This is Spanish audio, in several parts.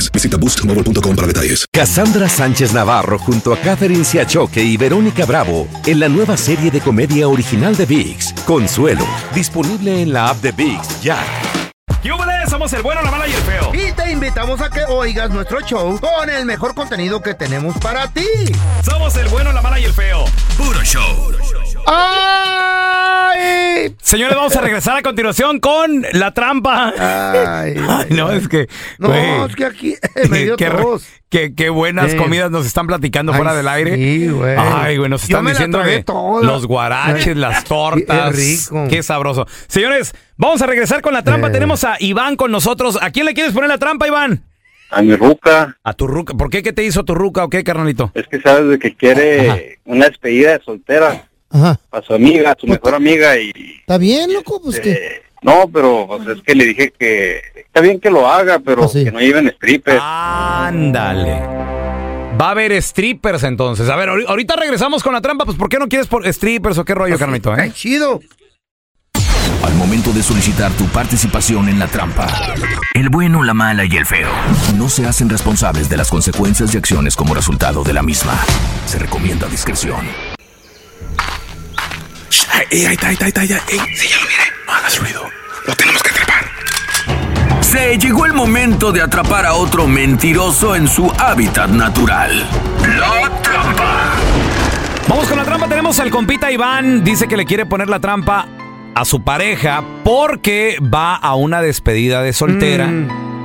Visita boostmobile.com para detalles. Cassandra Sánchez Navarro junto a Catherine Siachoque y Verónica Bravo en la nueva serie de comedia original de VIX, Consuelo, disponible en la app de VIX ya. ¡Yúbales! Somos el bueno, la mala y el feo. Y te invitamos a que oigas nuestro show con el mejor contenido que tenemos para ti. Somos el bueno, la mala y el feo. Puro show. ¡Ay! Señores, vamos a regresar a continuación con la trampa. Ay, Ay, no, es que. No, güey, es que aquí me dio qué, tos. qué- qué buenas Sí. comidas nos están platicando fuera Ay, del aire. sí, güey. Ay, güey, nos Yo están me la diciendo tragué que toda. los guaraches, las tortas. Qué rico. Qué sabroso. Señores, vamos a regresar con la trampa. Eh. Tenemos a Iván con nosotros. ¿A quién le quieres poner la trampa, Iván? a mi ruca. A tu ruca. ¿Por qué? ¿Qué te hizo tu ruca o qué, carnalito? Es que sabes de que quiere Ajá. una despedida de soltera Ajá. para su amiga, su mejor amiga y... Está bien, loco, pues que. eh, no, pero o sea, es que le dije que está bien que lo haga, pero Ah, sí. Ah. que no lleven strippers. Ándale. Va a haber strippers entonces. A ver, ahori- ahorita regresamos con la trampa. Pues, ¿por qué no quieres por strippers o qué rollo, carnalito? Qué eh? chido. Al momento de solicitar tu participación en la trampa, el bueno, la mala y el feo no se hacen responsables de las consecuencias y acciones como resultado de la misma. Se recomienda discreción. ahí está, ahí está, ahí está. sí, ya lo miré. No hagas ruido. Lo tenemos que atrapar. Se llegó el momento de atrapar a otro mentiroso en su hábitat natural. La trampa. Vamos con la trampa. Tenemos al compita Iván. Dice que le quiere poner la trampa a su pareja porque va a una despedida de soltera. Mm.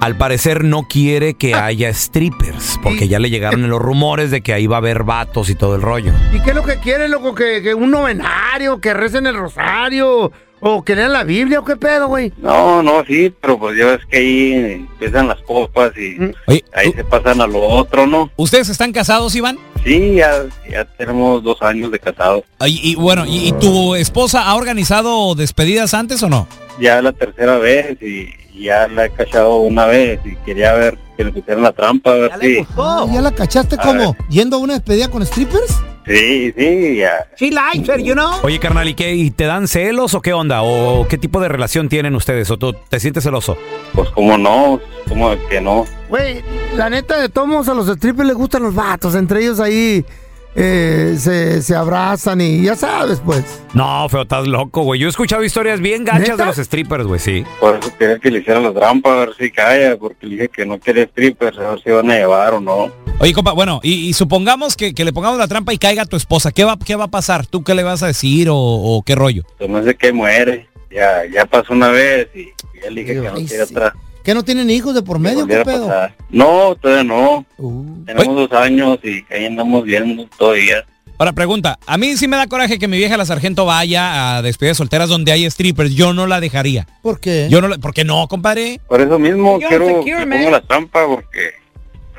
Al parecer no quiere que Ah. haya strippers porque ya le eh. llegaron los rumores de que ahí va a haber vatos y todo el rollo. ¿Y qué es lo que quiere, loco? ¿Que, que un novenario, que recen el rosario, o que lean la Biblia, o qué pedo, güey. No, no, sí, pero pues ya ves que ahí empiezan las copas y Mm. Oye, ahí se pasan a lo otro, ¿no? ¿ustedes están casados, Iván? Sí, ya, ya tenemos dos años de casados. Ay, Y, bueno, y, y tu esposa ha organizado despedidas antes o no? Ya la tercera vez y y ya la he cachado una vez y quería ver que le pusieran la trampa, a ver si... Ah, Oh. ¿Ya la cachaste A como? ¿Yendo a una despedida con strippers? Sí, sí, ya. She likes her, you know. Oye, carnal, ¿y qué? ¿Y te dan celos o qué onda? ¿O qué tipo de relación tienen ustedes? ¿O tú te sientes celoso? Pues como no, como que no. Eh, Güey, la neta de todos a los strippers les gustan los vatos. Entre ellos ahí eh, se, se abrazan y ya sabes, pues. No, feo, estás loco, güey. Yo he escuchado historias bien ganchas ¿Neta? de los strippers, güey, sí. Por eso quería que le hicieran la trampa, a ver si calla, porque le dije que no quería strippers, a ver si van a llevar o no. Oye, compa, bueno, y, y supongamos que, que le pongamos la trampa y caiga tu esposa. ¿Qué va, qué va a pasar? ¿Tú qué le vas a decir o, o qué rollo? Entonces no sé qué muere. Ya, ya pasó una vez y ya le dije que no Ay, quiere sí. atrás. ¿Que no tienen hijos de por que medio? volviera ¿Qué a pedo? pasar. No, todavía no. Uh, Tenemos dos años y ahí andamos viendo todavía. Ahora pregunta, a mí sí me da coraje que mi vieja la sargento vaya a despedidas solteras donde hay strippers. Yo no la dejaría. ¿Por qué? Yo no, la- ¿por qué no, compadre? Por eso mismo quiero que le ponga la trampa porque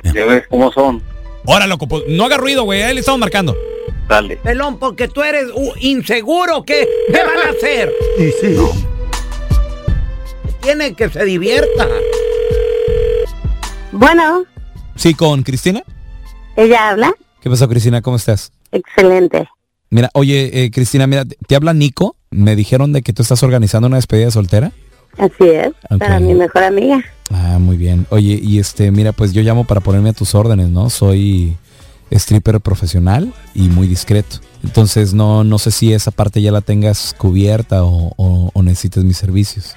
ya ves cómo son. Ahora, loco, pues, no haga ruido, güey. Ahí le estamos marcando. Dale. Pelón, porque tú eres uh, inseguro, ¿qué? ¿Qué van a hacer? Y sí. Tienen que se divierta. Bueno, Sí, con Cristina. ella habla. ¿Qué pasó, Cristina? ¿Cómo estás? Excelente. Mira, oye, eh, Cristina, mira, te, te habla Nico. Me dijeron de que tú estás organizando una despedida soltera. Así es. Ok. Para mi mejor amiga. Ah, muy bien. Oye, y este, mira, pues yo llamo para ponerme a tus órdenes, ¿no? Soy stripper profesional y muy discreto. Entonces, no, no sé si esa parte ya la tengas cubierta o, o- o necesites mis servicios.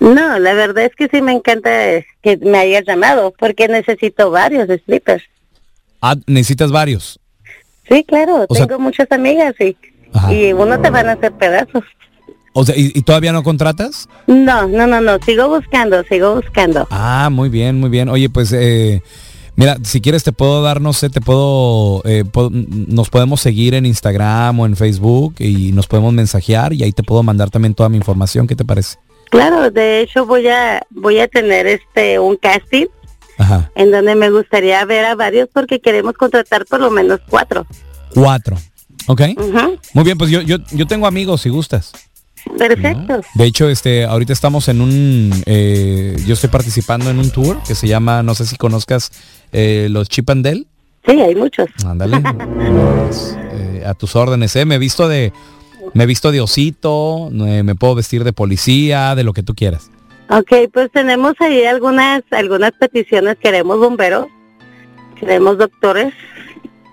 No, la verdad es que sí me encanta eh, que me hayas llamado, porque necesito varios strippers. Ah, necesitas varios. Sí, claro, O sea- tengo muchas amigas y, Ajá. y uno te van a hacer pedazos. O sea, ¿y, y todavía no contratas? No, no, no, no, sigo buscando, sigo buscando. Ah, muy bien, muy bien. Oye, pues, eh, mira, si quieres te puedo dar, no sé, te puedo, eh, po- nos podemos seguir en Instagram o en Facebook y nos podemos mensajear y ahí te puedo mandar también toda mi información. ¿Qué te parece? Claro, de hecho voy a voy a tener este un casting Ajá. en donde me gustaría ver a varios porque queremos contratar por lo menos cuatro. Cuatro. ¿Ok? Muy bien, pues yo, yo, yo tengo amigos si gustas. Perfecto. De hecho, este, ahorita estamos en un, eh, yo estoy participando en un tour que se llama, no sé si conozcas, eh, los Chipandel. Sí, hay muchos. Ándale. Pues, eh, a tus órdenes, ¿eh? Me he visto de, me he visto de osito, eh, me puedo vestir de policía, de lo que tú quieras. Ok, pues tenemos ahí algunas algunas peticiones. Queremos bomberos, queremos doctores.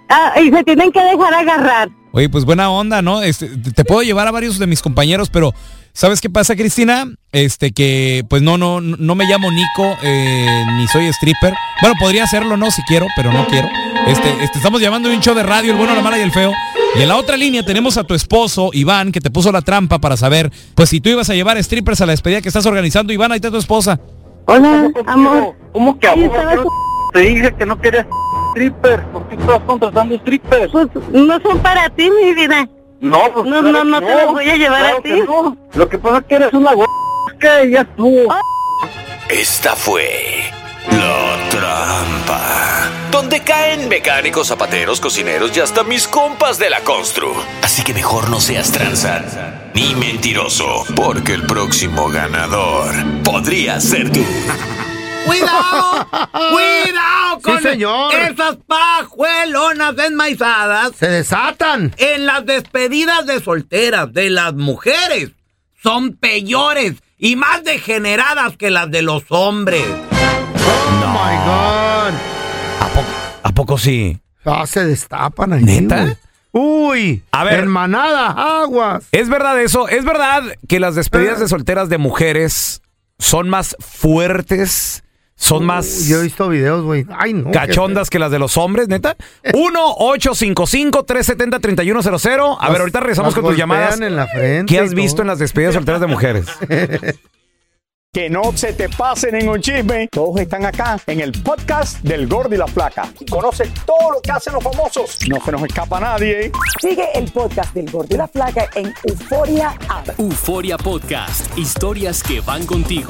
Ah, y se tienen que dejar agarrar. Oye, pues buena onda, ¿no? Este, te te puedo llevar a varios de mis compañeros, pero ¿sabes qué pasa, Cristina? Este, que pues no, no, no me llamo Nico, eh, ni soy stripper. Bueno, podría hacerlo, no, si quiero, pero no quiero. Este, este, estamos llamando de un show de radio, el bueno, la mala y el feo. Y en la otra línea tenemos a tu esposo, Iván, que te puso la trampa para saber, pues si tú ibas a llevar strippers a la despedida que estás organizando, Iván, ahí está tu esposa. Hola, Ah, amor. ¿Cómo que Ahí amor? estaba Yo Te dije que no querías strippers. ¿Por qué estás contratando strippers? Pues no son para ti, mi vida. No, pues No, claro no, que no te los voy a llevar claro a que ti. no. Lo que pasa es que eres una gorda y ya estuvo. Esta fue la trampa. Donde caen mecánicos, zapateros, cocineros y hasta mis compas de la constru. Así que mejor no seas tranza ni mentiroso, porque el próximo ganador podría ser tú. ¡Cuidado! ¡Cuidado con señor. esas pajuelonas desmaizadas! ¡Se desatan! En las despedidas de solteras de las mujeres son peores y más degeneradas que las de los hombres. Oh, ¿A poco sí? Ah, se destapan ahí. ¿Neta? güey. Uy, A ver. en manada, aguas. Es verdad eso, es verdad que las despedidas Ah. de solteras de mujeres son más fuertes, son más Yo he visto videos, güey. Ay, no. qué cachondas que las de los hombres, neta. 1-855-370-3100. A Las- ver, ahorita regresamos las con tus golpean llamadas. en la frente ¿Qué y has visto todo. en las despedidas solteras de mujeres? Que no se te pasen en un chisme. Todos están acá en el podcast del Gordi y la Flaca. Y conoce todo lo que hacen los famosos. No se nos escapa nadie. Sigue el podcast del Gordo y la Flaca en Euforia App. Euforia Podcast, historias que van contigo.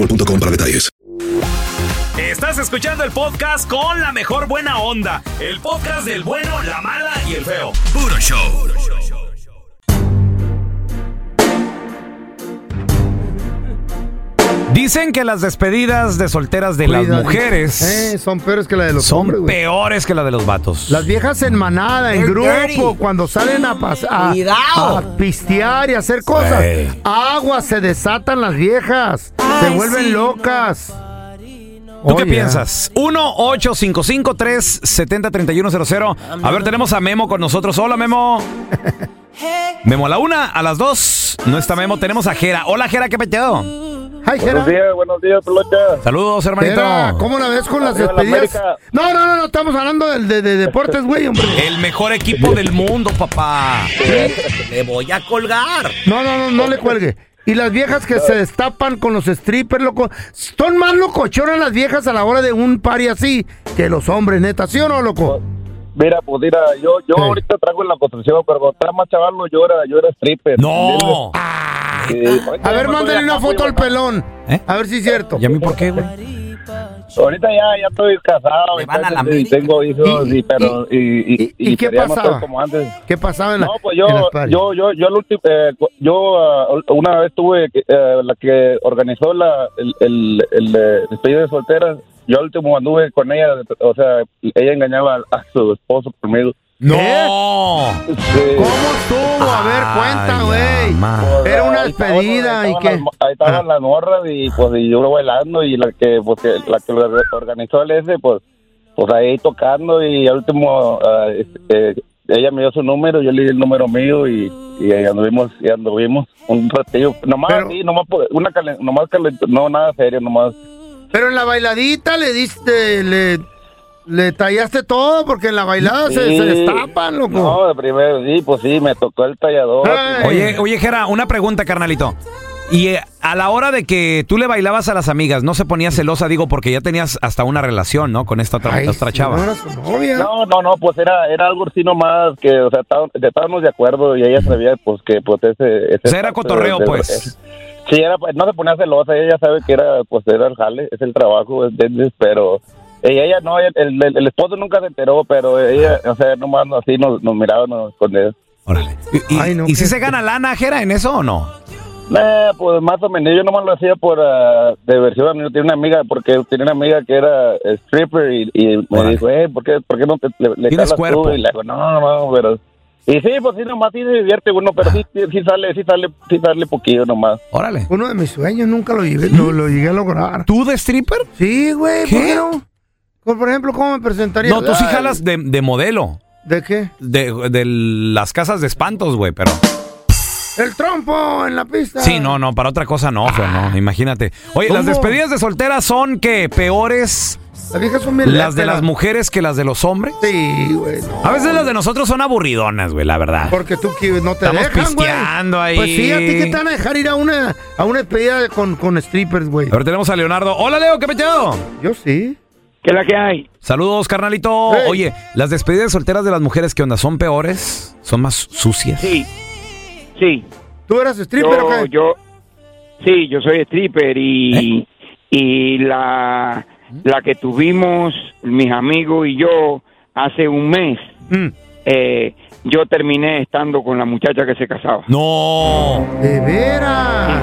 para detalles. Estás escuchando el podcast con la mejor buena onda. El podcast del bueno, la mala y el feo. Puro show. Dicen que las despedidas de solteras de las Cuidadito. mujeres Eh, son peores que la de los son hombres, güey. peores que la de los vatos. Las viejas en manada, en They're grupo, dirty. cuando salen a, pas- a, Cuidado. a pistear y hacer cosas, Ey. agua se desatan las viejas, se vuelven locas. ¿Tú qué piensas? 1-855-370-3100. A ver, tenemos a Memo con nosotros. Hola, Memo. Memo a la una, a las dos. No está Memo, tenemos a Jera. Hola, Jera, ¿qué peteado? buenos días, buenos días, pelota. Saludos, hermanito. Era, ¿Cómo la ves con las Arriba la despedidas? América. no, no, no, no, estamos hablando del- de, de deportes, güey, hombre. El mejor equipo del mundo, papá. Le voy a colgar. No, no, no, no le cuelgue. Y las viejas que se destapan con los strippers, loco. Son más locochonas las viejas a la hora de un party así que los hombres, neta, ¿sí o no, loco? Mira, pues mira, yo, yo ahorita traigo en la construcción, pero cuando estaba más chaval no, yo era, yo era stripper. ¡No! A pues, ver, mándale una foto al pelón. A ver si es cierto. ¿Y a mí por qué, güey? Ahorita ya, ya estoy casado, entonces, y tengo hijos, y, pero, y, y, ¿Y qué quería más todo pasaba? como antes. ¿Qué pasaba en la No, pues yo, en las parties? yo, yo, yo, el último, eh, cu- yo ah, una vez tuve que, eh, la que organizó la, el, el, el, eh, despedida de solteras. Yo al último anduve con ella, o sea, ella engañaba a, a su esposo conmigo. ¡No! Este, ¿Cómo estuvo? A ver, cuenta, Pues, güey. Era una despedida y Ah. que. Ahí estaban las morras y pues y yo bailando y la que, pues, que- la que lo re- organizó el ese, pues, pues ahí tocando y al último ah, este, eh, ella me dio su número, yo le di el número mío y, y ahí anduvimos, y anduvimos un ratillo, nomás así, nomás por- una calen- nomás calent- no nada serio, nomás Pero en la bailadita le diste, le, le tallaste todo porque en la bailada Ah, se, se destapan, loco. Ah. No, de primero, sí, pues sí, me tocó el tallador. Oye, oye, Jera, una pregunta, carnalito. Y eh, a la hora de que tú le bailabas a las amigas, ¿no se ponía celosa? Digo, porque ya tenías hasta una relación, ¿no? Con esta otra, otra chava. No, no, no, pues era, era algo así nomás, que, o sea, estábamos- estábamos de acuerdo y ella sabía, pues, que, pues, ese... ese era cotorreo, pues. Sí, era, no se ponía celosa, ella sabe que era, pues, era el jale, es el trabajo, ¿entiendes? Pero... Y ella no, el, el- el esposo nunca se enteró, pero ella, o sea, nomás así nos, nos miraba, nos escondía. ¿Y, y si se gana lana, Jera, en eso o no? Nah, pues más o menos, yo nomás lo hacía por ah, diversión, yo tenía una amiga, porque tenía una amiga que era eh, stripper y, y me dijo, eh, ¿por qué, por qué no te, le, le Tienes calas cuerpo. tú? Y le digo, no, no, pero... Y sí, pues sí, nomás sí se divierte uno, pero sí, sí sí sale, sí sale, sí sale poquillo nomás. Órale. Uno de mis sueños nunca lo llevé, lo, lo llegué a lograr. ¿Tú de stripper? Sí, güey, ¿por qué no? Por por ejemplo, ¿cómo me presentaría? No, tú sí Ay, jalas de, de modelo. ¿De qué? De, de las casas de espantos, güey, pero... El trompo en la pista. Sí, no, no, para otra cosa no, feo, no, imagínate. Oye, las Ah. ¿Cómo? despedidas de solteras son que peores Las viejas son bien las de léperas. las mujeres que las de los hombres. Sí, güey. no. A veces las de nosotros son aburridonas, güey, la verdad. Porque tú que no te Estamos dejan, güey. pisteando ahí. Pues sí, a ti que te van a dejar ir a una, a una despedida de- con, con strippers, güey. A ver, tenemos a Leonardo. Hola, Leo, ¿qué peteado? Yo sí. ¿Qué la que hay? Saludos, carnalito. Hey. Oye, las despedidas solteras de las mujeres, ¿qué onda? ¿Son peores? ¿Son más sucias? Sí. Sí. ¿Tú eras stripper yo, o qué? ¿Eh? Yo, sí, yo soy stripper y, y la, la que tuvimos mis amigos y yo hace un mes, Mm. eh, yo terminé estando con la muchacha que se casaba. ¡No! ¡De veras!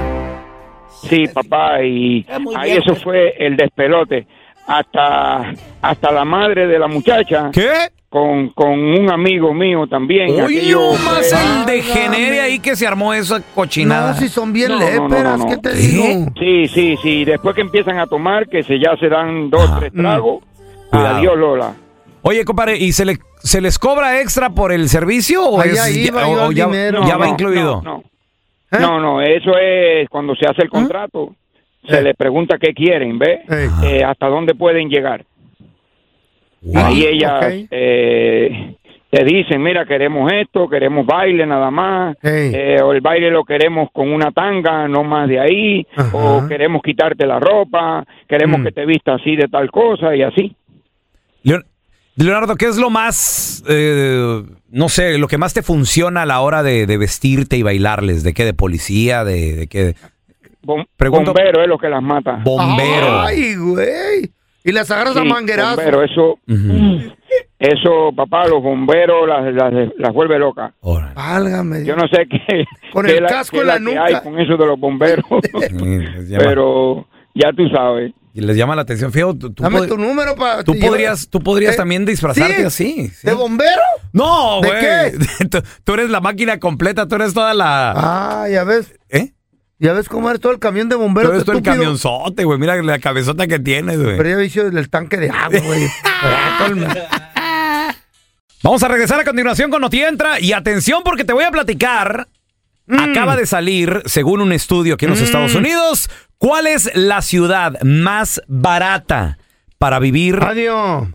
Sí, papá, y ahí eso fue el despelote. Hasta, hasta la madre de la muchacha. ¿Qué? Con, con un amigo mío también. Oye, aquello más fue- el degenere ahí que se armó esa cochinada. No, si son bien No, no, no, léperas, no, no. ¿qué te digo? Sí, sí, sí. Después que empiezan a tomar, que se ya se dan Ah, dos, tres tragos. mm. Cuidado. Adiós, Lola. Oye, compadre, ¿y se, le, se les cobra extra por el servicio o, Allá es- iba ya, yo o- al ya- dinero. ya va No, incluido? no, No, no, eso es cuando se hace el contrato. Se le pregunta qué quieren, ¿ves? Eh, hasta dónde pueden llegar. Ahí ellas eh, te dicen, mira, queremos esto, queremos baile nada más, eh, o el baile lo queremos con una tanga, no más de ahí, o queremos quitarte la ropa, queremos que te vistas así de tal cosa y así. Leon- Leonardo, ¿qué es lo más, eh, no sé, lo que más te funciona a la hora de, de vestirte y bailarles? ¿De qué? ¿De policía? ¿De, de qué? Bom- Pregunto- bombero es lo que las mata. Bombero. Ay, güey. Y las agarras a Sí, manguerazos. bombero, eso, eso, papá, los bomberos las, las, las vuelve locas. Válgame. Yo no sé qué. Con qué el la- casco qué en la que nuca. hay con eso de los bomberos. Pero ya tú sabes. Y les llama la atención, fío. Tú, tú Dame pod- tu número para. tú podrías, tú podrías también disfrazarte así. ¿De bombero? No, ¿De güey. qué? tú, tú eres la máquina completa, tú eres toda la. Ah, ya ves. ¿Eh? Ya ves cómo eres todo el camión de bomberos. Todo esto el estúpido. camionzote, güey. Mira la cabezota que tienes, güey. Pero ya viste el tanque de agua, güey. Vamos a regresar a continuación con Noti Entra y atención porque te voy a platicar. Mm. Acaba de salir, según un estudio aquí en los Mm. Estados Unidos, cuál es la ciudad más barata para vivir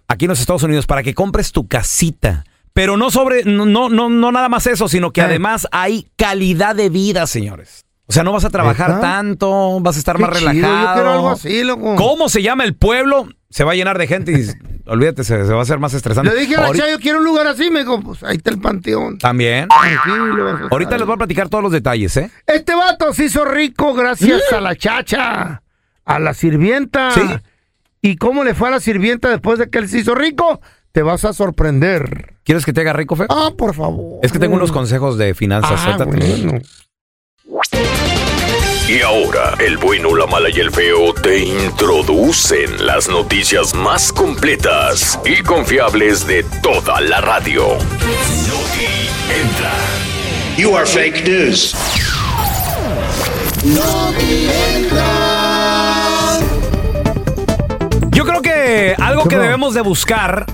aquí en los Estados Unidos, para que compres tu casita. Pero no sobre, no, no, no, no nada más eso, sino Eh. que además hay calidad de vida, señores. O sea, no vas a trabajar ¿Neta? tanto, vas a estar Qué más chido, yo relajado. quiero algo así, loco. ¿Cómo se llama el pueblo? Se va a llenar de gente y olvídate, se, se va a hacer más estresante. Le dije a la Ahorita- Chayo, quiero un lugar así. Me dijo, pues ahí está el panteón. También. Tranquilo, vas a estar Ahorita les voy a platicar todos los detalles, ¿eh? Este vato se hizo rico gracias a la chacha, a la sirvienta. ¿Y cómo le fue a la sirvienta después de que él se hizo rico? Te vas a sorprender. ¿Quieres que te haga rico, Fer? Ah, por favor. Es que tengo unos consejos de finanzas. Ah, ahorita te- Y ahora, el bueno, la mala y el feo te introducen las noticias más completas y confiables de toda la radio. You are fake news. Yo creo que algo que debemos de buscar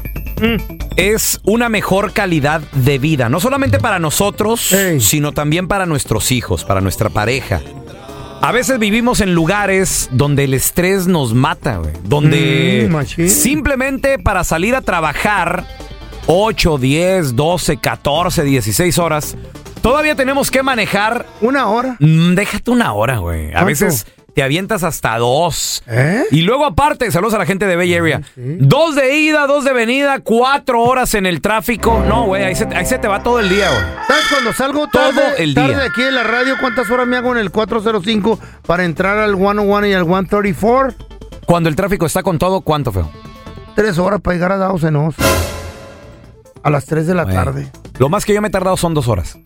Mm. es una mejor calidad de vida. No solamente para nosotros, sino también para nuestros hijos, para nuestra pareja. A veces vivimos en lugares donde el estrés nos mata, güey. Donde Mm, machín. simplemente para salir a trabajar 8, 10, 12, 14, 16 horas, todavía tenemos que manejar... mm, Una hora. Déjate una hora, güey. A ¿Cuánto? veces te avientas hasta dos. ¿Eh? Y luego aparte, saludos a la gente de Bay Area. Dos de ida, dos de venida, cuatro horas en el tráfico. No, güey, ahí se, ahí se te va todo el día, güey. ¿Sabes cuando salgo Todo tarde, el tarde día. de aquí de la radio? ¿Cuántas horas me hago en el 405 para entrar al 101 y al 134? Cuando el tráfico está con todo, ¿cuánto, feo? Tres horas para llegar a Daos en Oz. A las 3 de la tarde. Lo más que yo me he tardado son dos horas.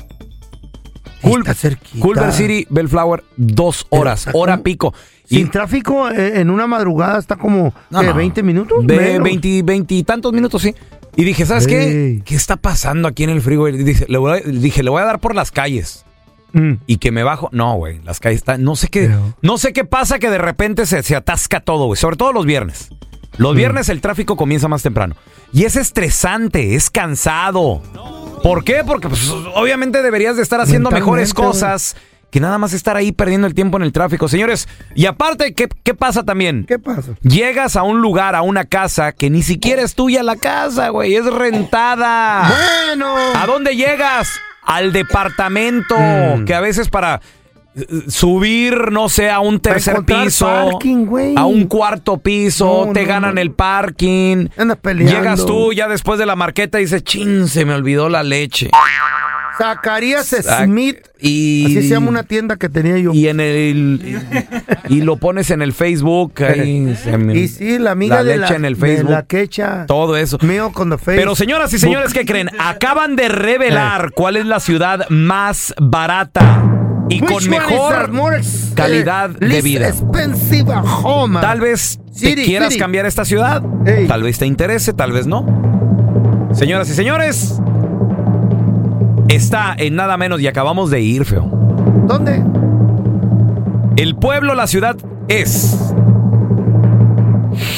Culver Culver City, Bellflower, dos horas, hora pico. Sin tráfico eh, en una madrugada está como No, ¿qué, no. 20 minutos. De Menos. 20, 20 y tantos minutos, sí. Y dije, ¿sabes qué? ¿Qué está pasando aquí en el freeway? Dice, le voy a- dije, le voy a dar por las calles. Mm. Y que me bajo. No, güey, las calles están. No sé qué. No sé qué pasa que de repente se, se atasca todo, güey. Sobre todo los viernes. Mm. Los viernes el tráfico comienza más temprano. Y es estresante, es cansado. ¿Por qué? Porque pues, obviamente deberías de estar haciendo mejores Mentalmente, güey. cosas que nada más estar ahí perdiendo el tiempo en el tráfico. Señores, y aparte, ¿qué, qué pasa también? ¿Qué pasa? Llegas a un lugar, a una casa que ni siquiera es tuya la casa, güey. Es Ah. rentada. Bueno. ¿A dónde llegas? Al departamento. Que a veces para eh, subir, no sé, a un Para tercer encontrar piso. parking, güey. a un cuarto piso. te ganan el parking. Andas peleando. Llegas tú ya después de la marqueta y dices, chin, se me olvidó la leche. Zacarías Zac- Smith. Y, Así se llama una tienda que tenía yo. Y en el y lo pones en el Facebook. ahí se me- Y sí, la amiga de, leche la, en el de Facebook. la quecha. todo eso. Mío con the Facebook. Pero señoras y señores, ¿qué creen? Acaban de revelar Eh. cuál es la ciudad más barata y Which con one is the mejor more ex- calidad eh, de least vida. expensive home? Tal vez te City, quieras city. cambiar esta ciudad, tal vez te interese, tal vez no. Señoras y señores, está en nada menos y acabamos de ir, feo. ¿Dónde? El pueblo, la ciudad es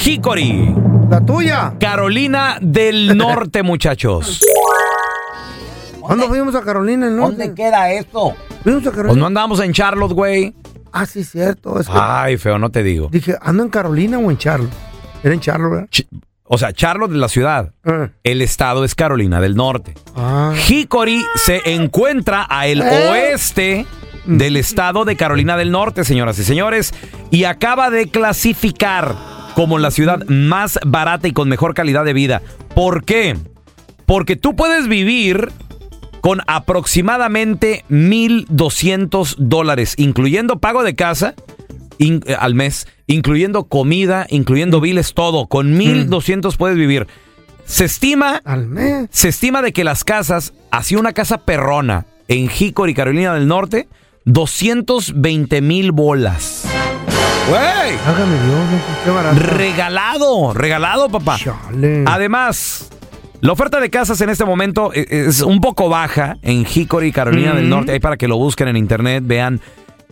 Hickory. La tuya. Carolina del Norte, muchachos. ¿Cuándo fuimos a Carolina? ¿no? ¿Dónde queda esto? Fuimos a Carolina. Pues no andábamos en Charlotte, güey. Ah, sí, cierto. Es que Ay, feo, no te digo. dije, ¿ando en Carolina o en Charlo? Era en Charlo, ¿verdad? O sea, Charlotte es la ciudad. El estado es Carolina del Norte. Ah. Hickory se encuentra a el ¿Eh? oeste del estado de Carolina del Norte, señoras y señores, y acaba de clasificar como la ciudad más barata y con mejor calidad de vida. ¿Por qué? Porque tú puedes vivir con aproximadamente 1.200 dólares, incluyendo pago de casa in- eh, al mes, incluyendo comida, incluyendo biles, todo. Con 1.200 puedes vivir. Se estima se estima de que las casas, así una casa perrona en Hickory, Carolina del Norte, 220 mil bolas. ¡Güey! Hágame Dios, loco, qué barato. Regalado, regalado, papá. Además, la oferta de casas en este momento e- es un poco baja en Hickory, Carolina del Mm. Norte. Ahí para que lo busquen en internet, vean.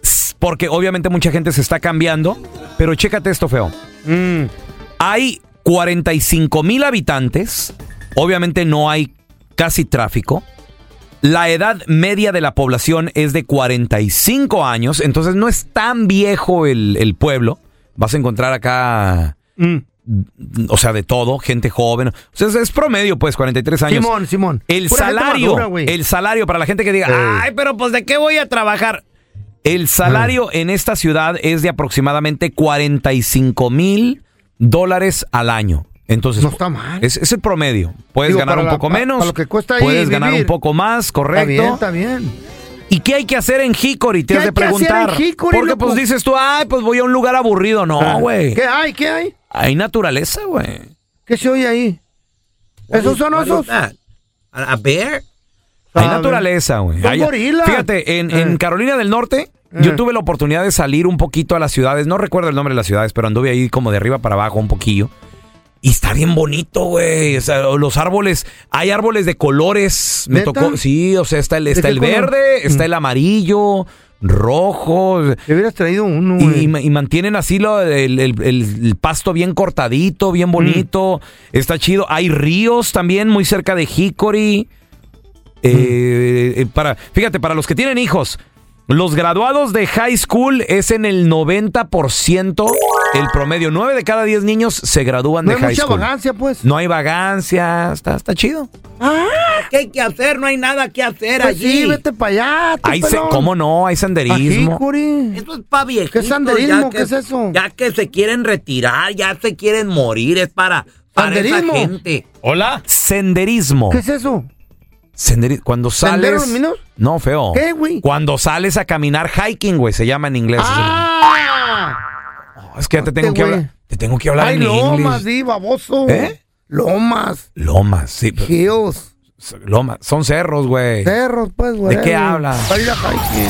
S- Porque obviamente mucha gente se está cambiando. Pero chécate esto, feo. Hay 45 mil habitantes. Obviamente no hay casi tráfico. La edad media de la población es de 45 años. Entonces no es tan viejo el, el pueblo. Vas a encontrar acá. Mm. O sea, de todo, gente joven. O sea, es- es promedio, pues, 43 años. Simón, Simón. El Pura gente salario, madura, güey. el salario para la gente que diga, Ey. ay, pero pues de qué voy a trabajar. El salario en esta ciudad es de aproximadamente 45 mil dólares al año. Entonces, no está mal. Es, es el promedio. Puedes Digo, ganar para un la- poco pa- menos, para lo que cuesta ahí puedes ganar un vivir. poco más, Está bien, correcto. está bien. ¿Y qué hay que hacer en Hickory? Te ¿Qué has hay de que hacer en preguntar. Hickory, Porque loco? pues dices tú, ay, pues voy a un lugar aburrido. Ah. No, güey. ¿Qué hay? ¿Qué hay? Hay naturaleza, güey. ¿Qué se oye ahí? ¿Esos son What is osos? that? A, a bear? Hay Sabe. naturaleza, güey. Son Hay- gorilas. Fíjate, en, en Eh. Carolina del Norte, yo tuve la oportunidad de salir un poquito a las ciudades. No recuerdo el nombre de las ciudades, pero anduve ahí como de arriba para abajo un poquillo. Y está bien bonito, güey. O sea, los árboles, hay árboles de colores. Me ¿Neta? tocó, sí, o sea, está el, qué está el color? Mm. verde, está el amarillo, rojo. Te hubieras traído uno, Y, ma- y mantienen así lo- el, el- el- el pasto bien cortadito, Mm. bien bonito. Está chido. Hay ríos también muy cerca de Hickory. Eh, eh, para, fíjate, para los que tienen hijos, los graduados de high school es en el 90% el promedio. 9 de cada 10 niños se gradúan No de hay high mucha school. vagancia, pues. Ah. No hay vagancia, está, está chido. ¿Qué hay que hacer? No hay nada que hacer Pues allí. sí, vete para allá. tú, Hay se- pelón. ¿Cómo no? Hay ¿A senderismo. Hickory? Eso es pa' viejitos. ¿Qué es ya senderismo? ¿Qué es eso? Ya que se quieren retirar, ya se quieren morir, es para, para esa ¿Senderismo? gente. Hola. Senderismo. ¿Qué es eso? Senderi- cuando ¿Sendero sales. luminoso? No, feo. ¿Qué, güey? Cuando sales a caminar hiking, güey, se llama en inglés. No, es que ya te tengo ¡Ah! Este, que güey. hablar. Te tengo que hablar Ay, en lomas, inglés. di, baboso. ¿Eh? Lomas. Lomas, sí. pero- Hills. Lomas. Son cerros, güey. Cerros, pues, güey. ¿De eh. qué hablas? Ay, la jaique.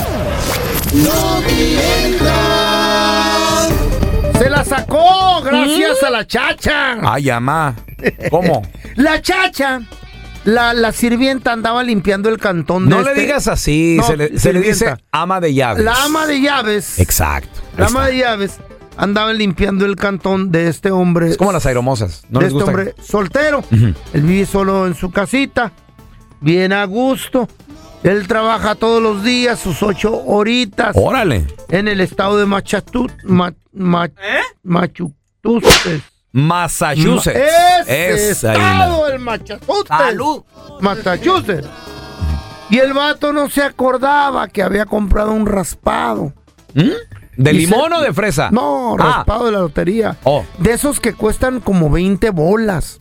Se la sacó gracias a la chacha. Ay, mamá. ¿Cómo? La chacha. La, la sirvienta andaba limpiando el cantón de No le este- digas así. No, se le, se le dice sirvienta. ama de llaves. La ama de llaves. Exacto. La ama de llaves andaba limpiando el cantón de este hombre. Es como las aeromosas. No de este les gusta. hombre soltero. Él vive solo en su casita. Bien a gusto. Él trabaja todos los días sus ocho horitas. Órale. En el estado de Machatut, ma, ma- Machutuses. Massachusetts. Ma- Ese Ese ahí, mira. estado, el Massachusetts. Massachusetts. Y el vato no se acordaba que había comprado un raspado. ¿De Y limón se- o de fresa? No, Ah. raspado de la lotería. Oh. De esos que cuestan como 20 bolas.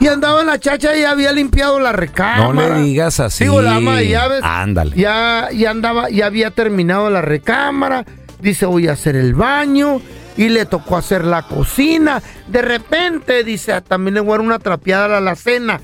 Y andaba la chacha y había limpiado la No recámara. le digas así. Digo, la ama de llaves. Ándale. Ya, ya andaba, ya había terminado la recámara. Dice, voy a hacer el baño. Y le tocó hacer la cocina. De repente, dice, "Ah, también le voy a dar una trapeada a la alacena.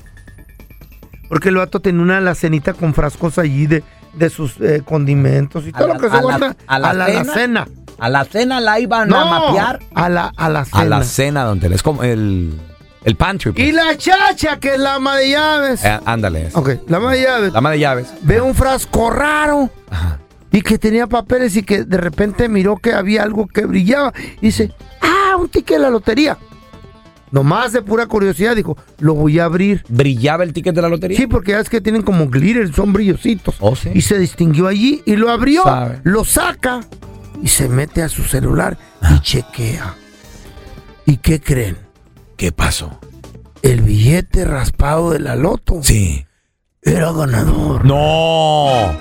Porque el vato tenía una alacenita con frascos allí de, de sus eh, condimentos y todo lo que se guarda a la alacena. A la cena la iban a No, mapear. a la, a la cena. A la cena, don Tela. Es como el, el pantry. pues. Y la chacha, que es la ama de llaves. Eh, ándale. ese. Ok, la ama de llaves. La ama de llaves. Ve un frasco raro. Y que tenía papeles y que de repente miró que había algo que brillaba. Y dice, ah, un ticket de la lotería. Nomás de pura curiosidad dijo, lo voy a abrir. ¿Brillaba el ticket de la lotería? Oh, Sí, porque ya es que tienen como glitter, son brillositos. Y se distinguió allí y lo abrió, Sabe. lo saca y se mete a su celular y chequea. ¿Y qué creen? ¿Qué pasó? El billete raspado de la loto. Sí. Era ganador. ¡No!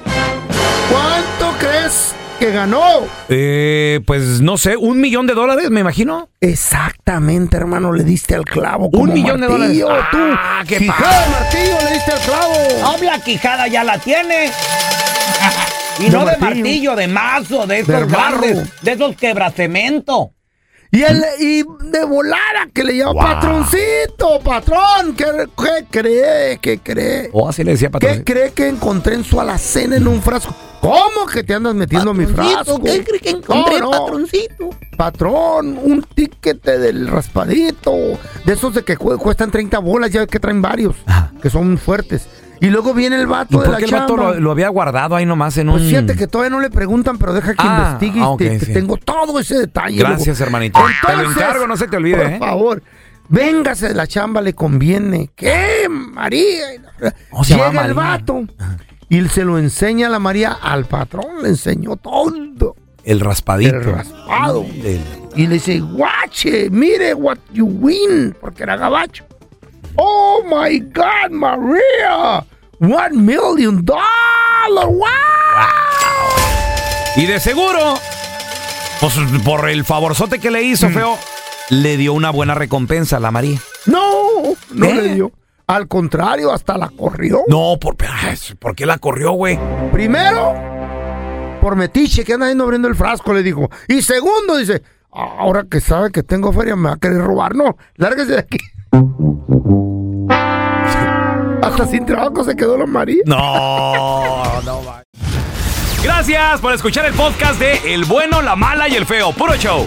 ¿Cuánto crees que ganó? Eh, pues no sé, un millón de dólares, me imagino. Exactamente, hermano, le diste al clavo. como Un millón de martillo, dólares. tú. Ah, qué Quijada, padre. Ah. martillo, le diste al clavo. Habla quijada, ya la tiene. Y De no de martillo. martillo, de mazo, de Del esos barro. grandes, de esos quebracemento. Y, él, y de volada que le llama Wow. patroncito, patrón. ¿Qué, qué cree? ¿Qué cree? O así le decía ¿Qué Oh, patrón. cree que encontré en su alacena en un frasco? ¿Cómo que te andas metiendo mi frasco? ¿Qué cree que encontré, patroncito? Patrón, un tiquete del raspadito. De esos de que cu- cuestan 30 bolas, ya que traen varios, que son fuertes. Y luego viene el Ah. ¿Y vato de por la qué el vato chamba. lo, lo había guardado ahí nomás en un... Pues fíjate que todavía no le preguntan, pero deja que Ah, investigue. y ah, ok, te- te sí. Tengo todo ese detalle. Gracias, loco. hermanito. Te lo Entonces, encargo, no se te olvide, Por ¿eh? favor, véngase de la chamba, le conviene. ¿Qué, María? Oh, se Llega llama el María. vato y se lo enseña a la María al patrón. Le enseñó todo. El raspadito. El raspado. El- Y le dice, guache, mire what you win, porque era gabacho. Oh my God, María, one million dollar, wow. Y de seguro, pues por el favorzote que le Mm. hizo, feo, le dio una buena recompensa a la María. No, no le dio. Al contrario, hasta la corrió. No, por, ay, ¿por qué la corrió, güey? Primero, por metiche que anda yendo abriendo el frasco, le dijo. Y segundo, dice, ahora que sabe que tengo feria, me va a querer robar. No, lárguese de aquí. Hasta sin trabajo se quedó la María. No, no, va. Gracias por escuchar el podcast de El bueno, la mala y el feo. Puro show.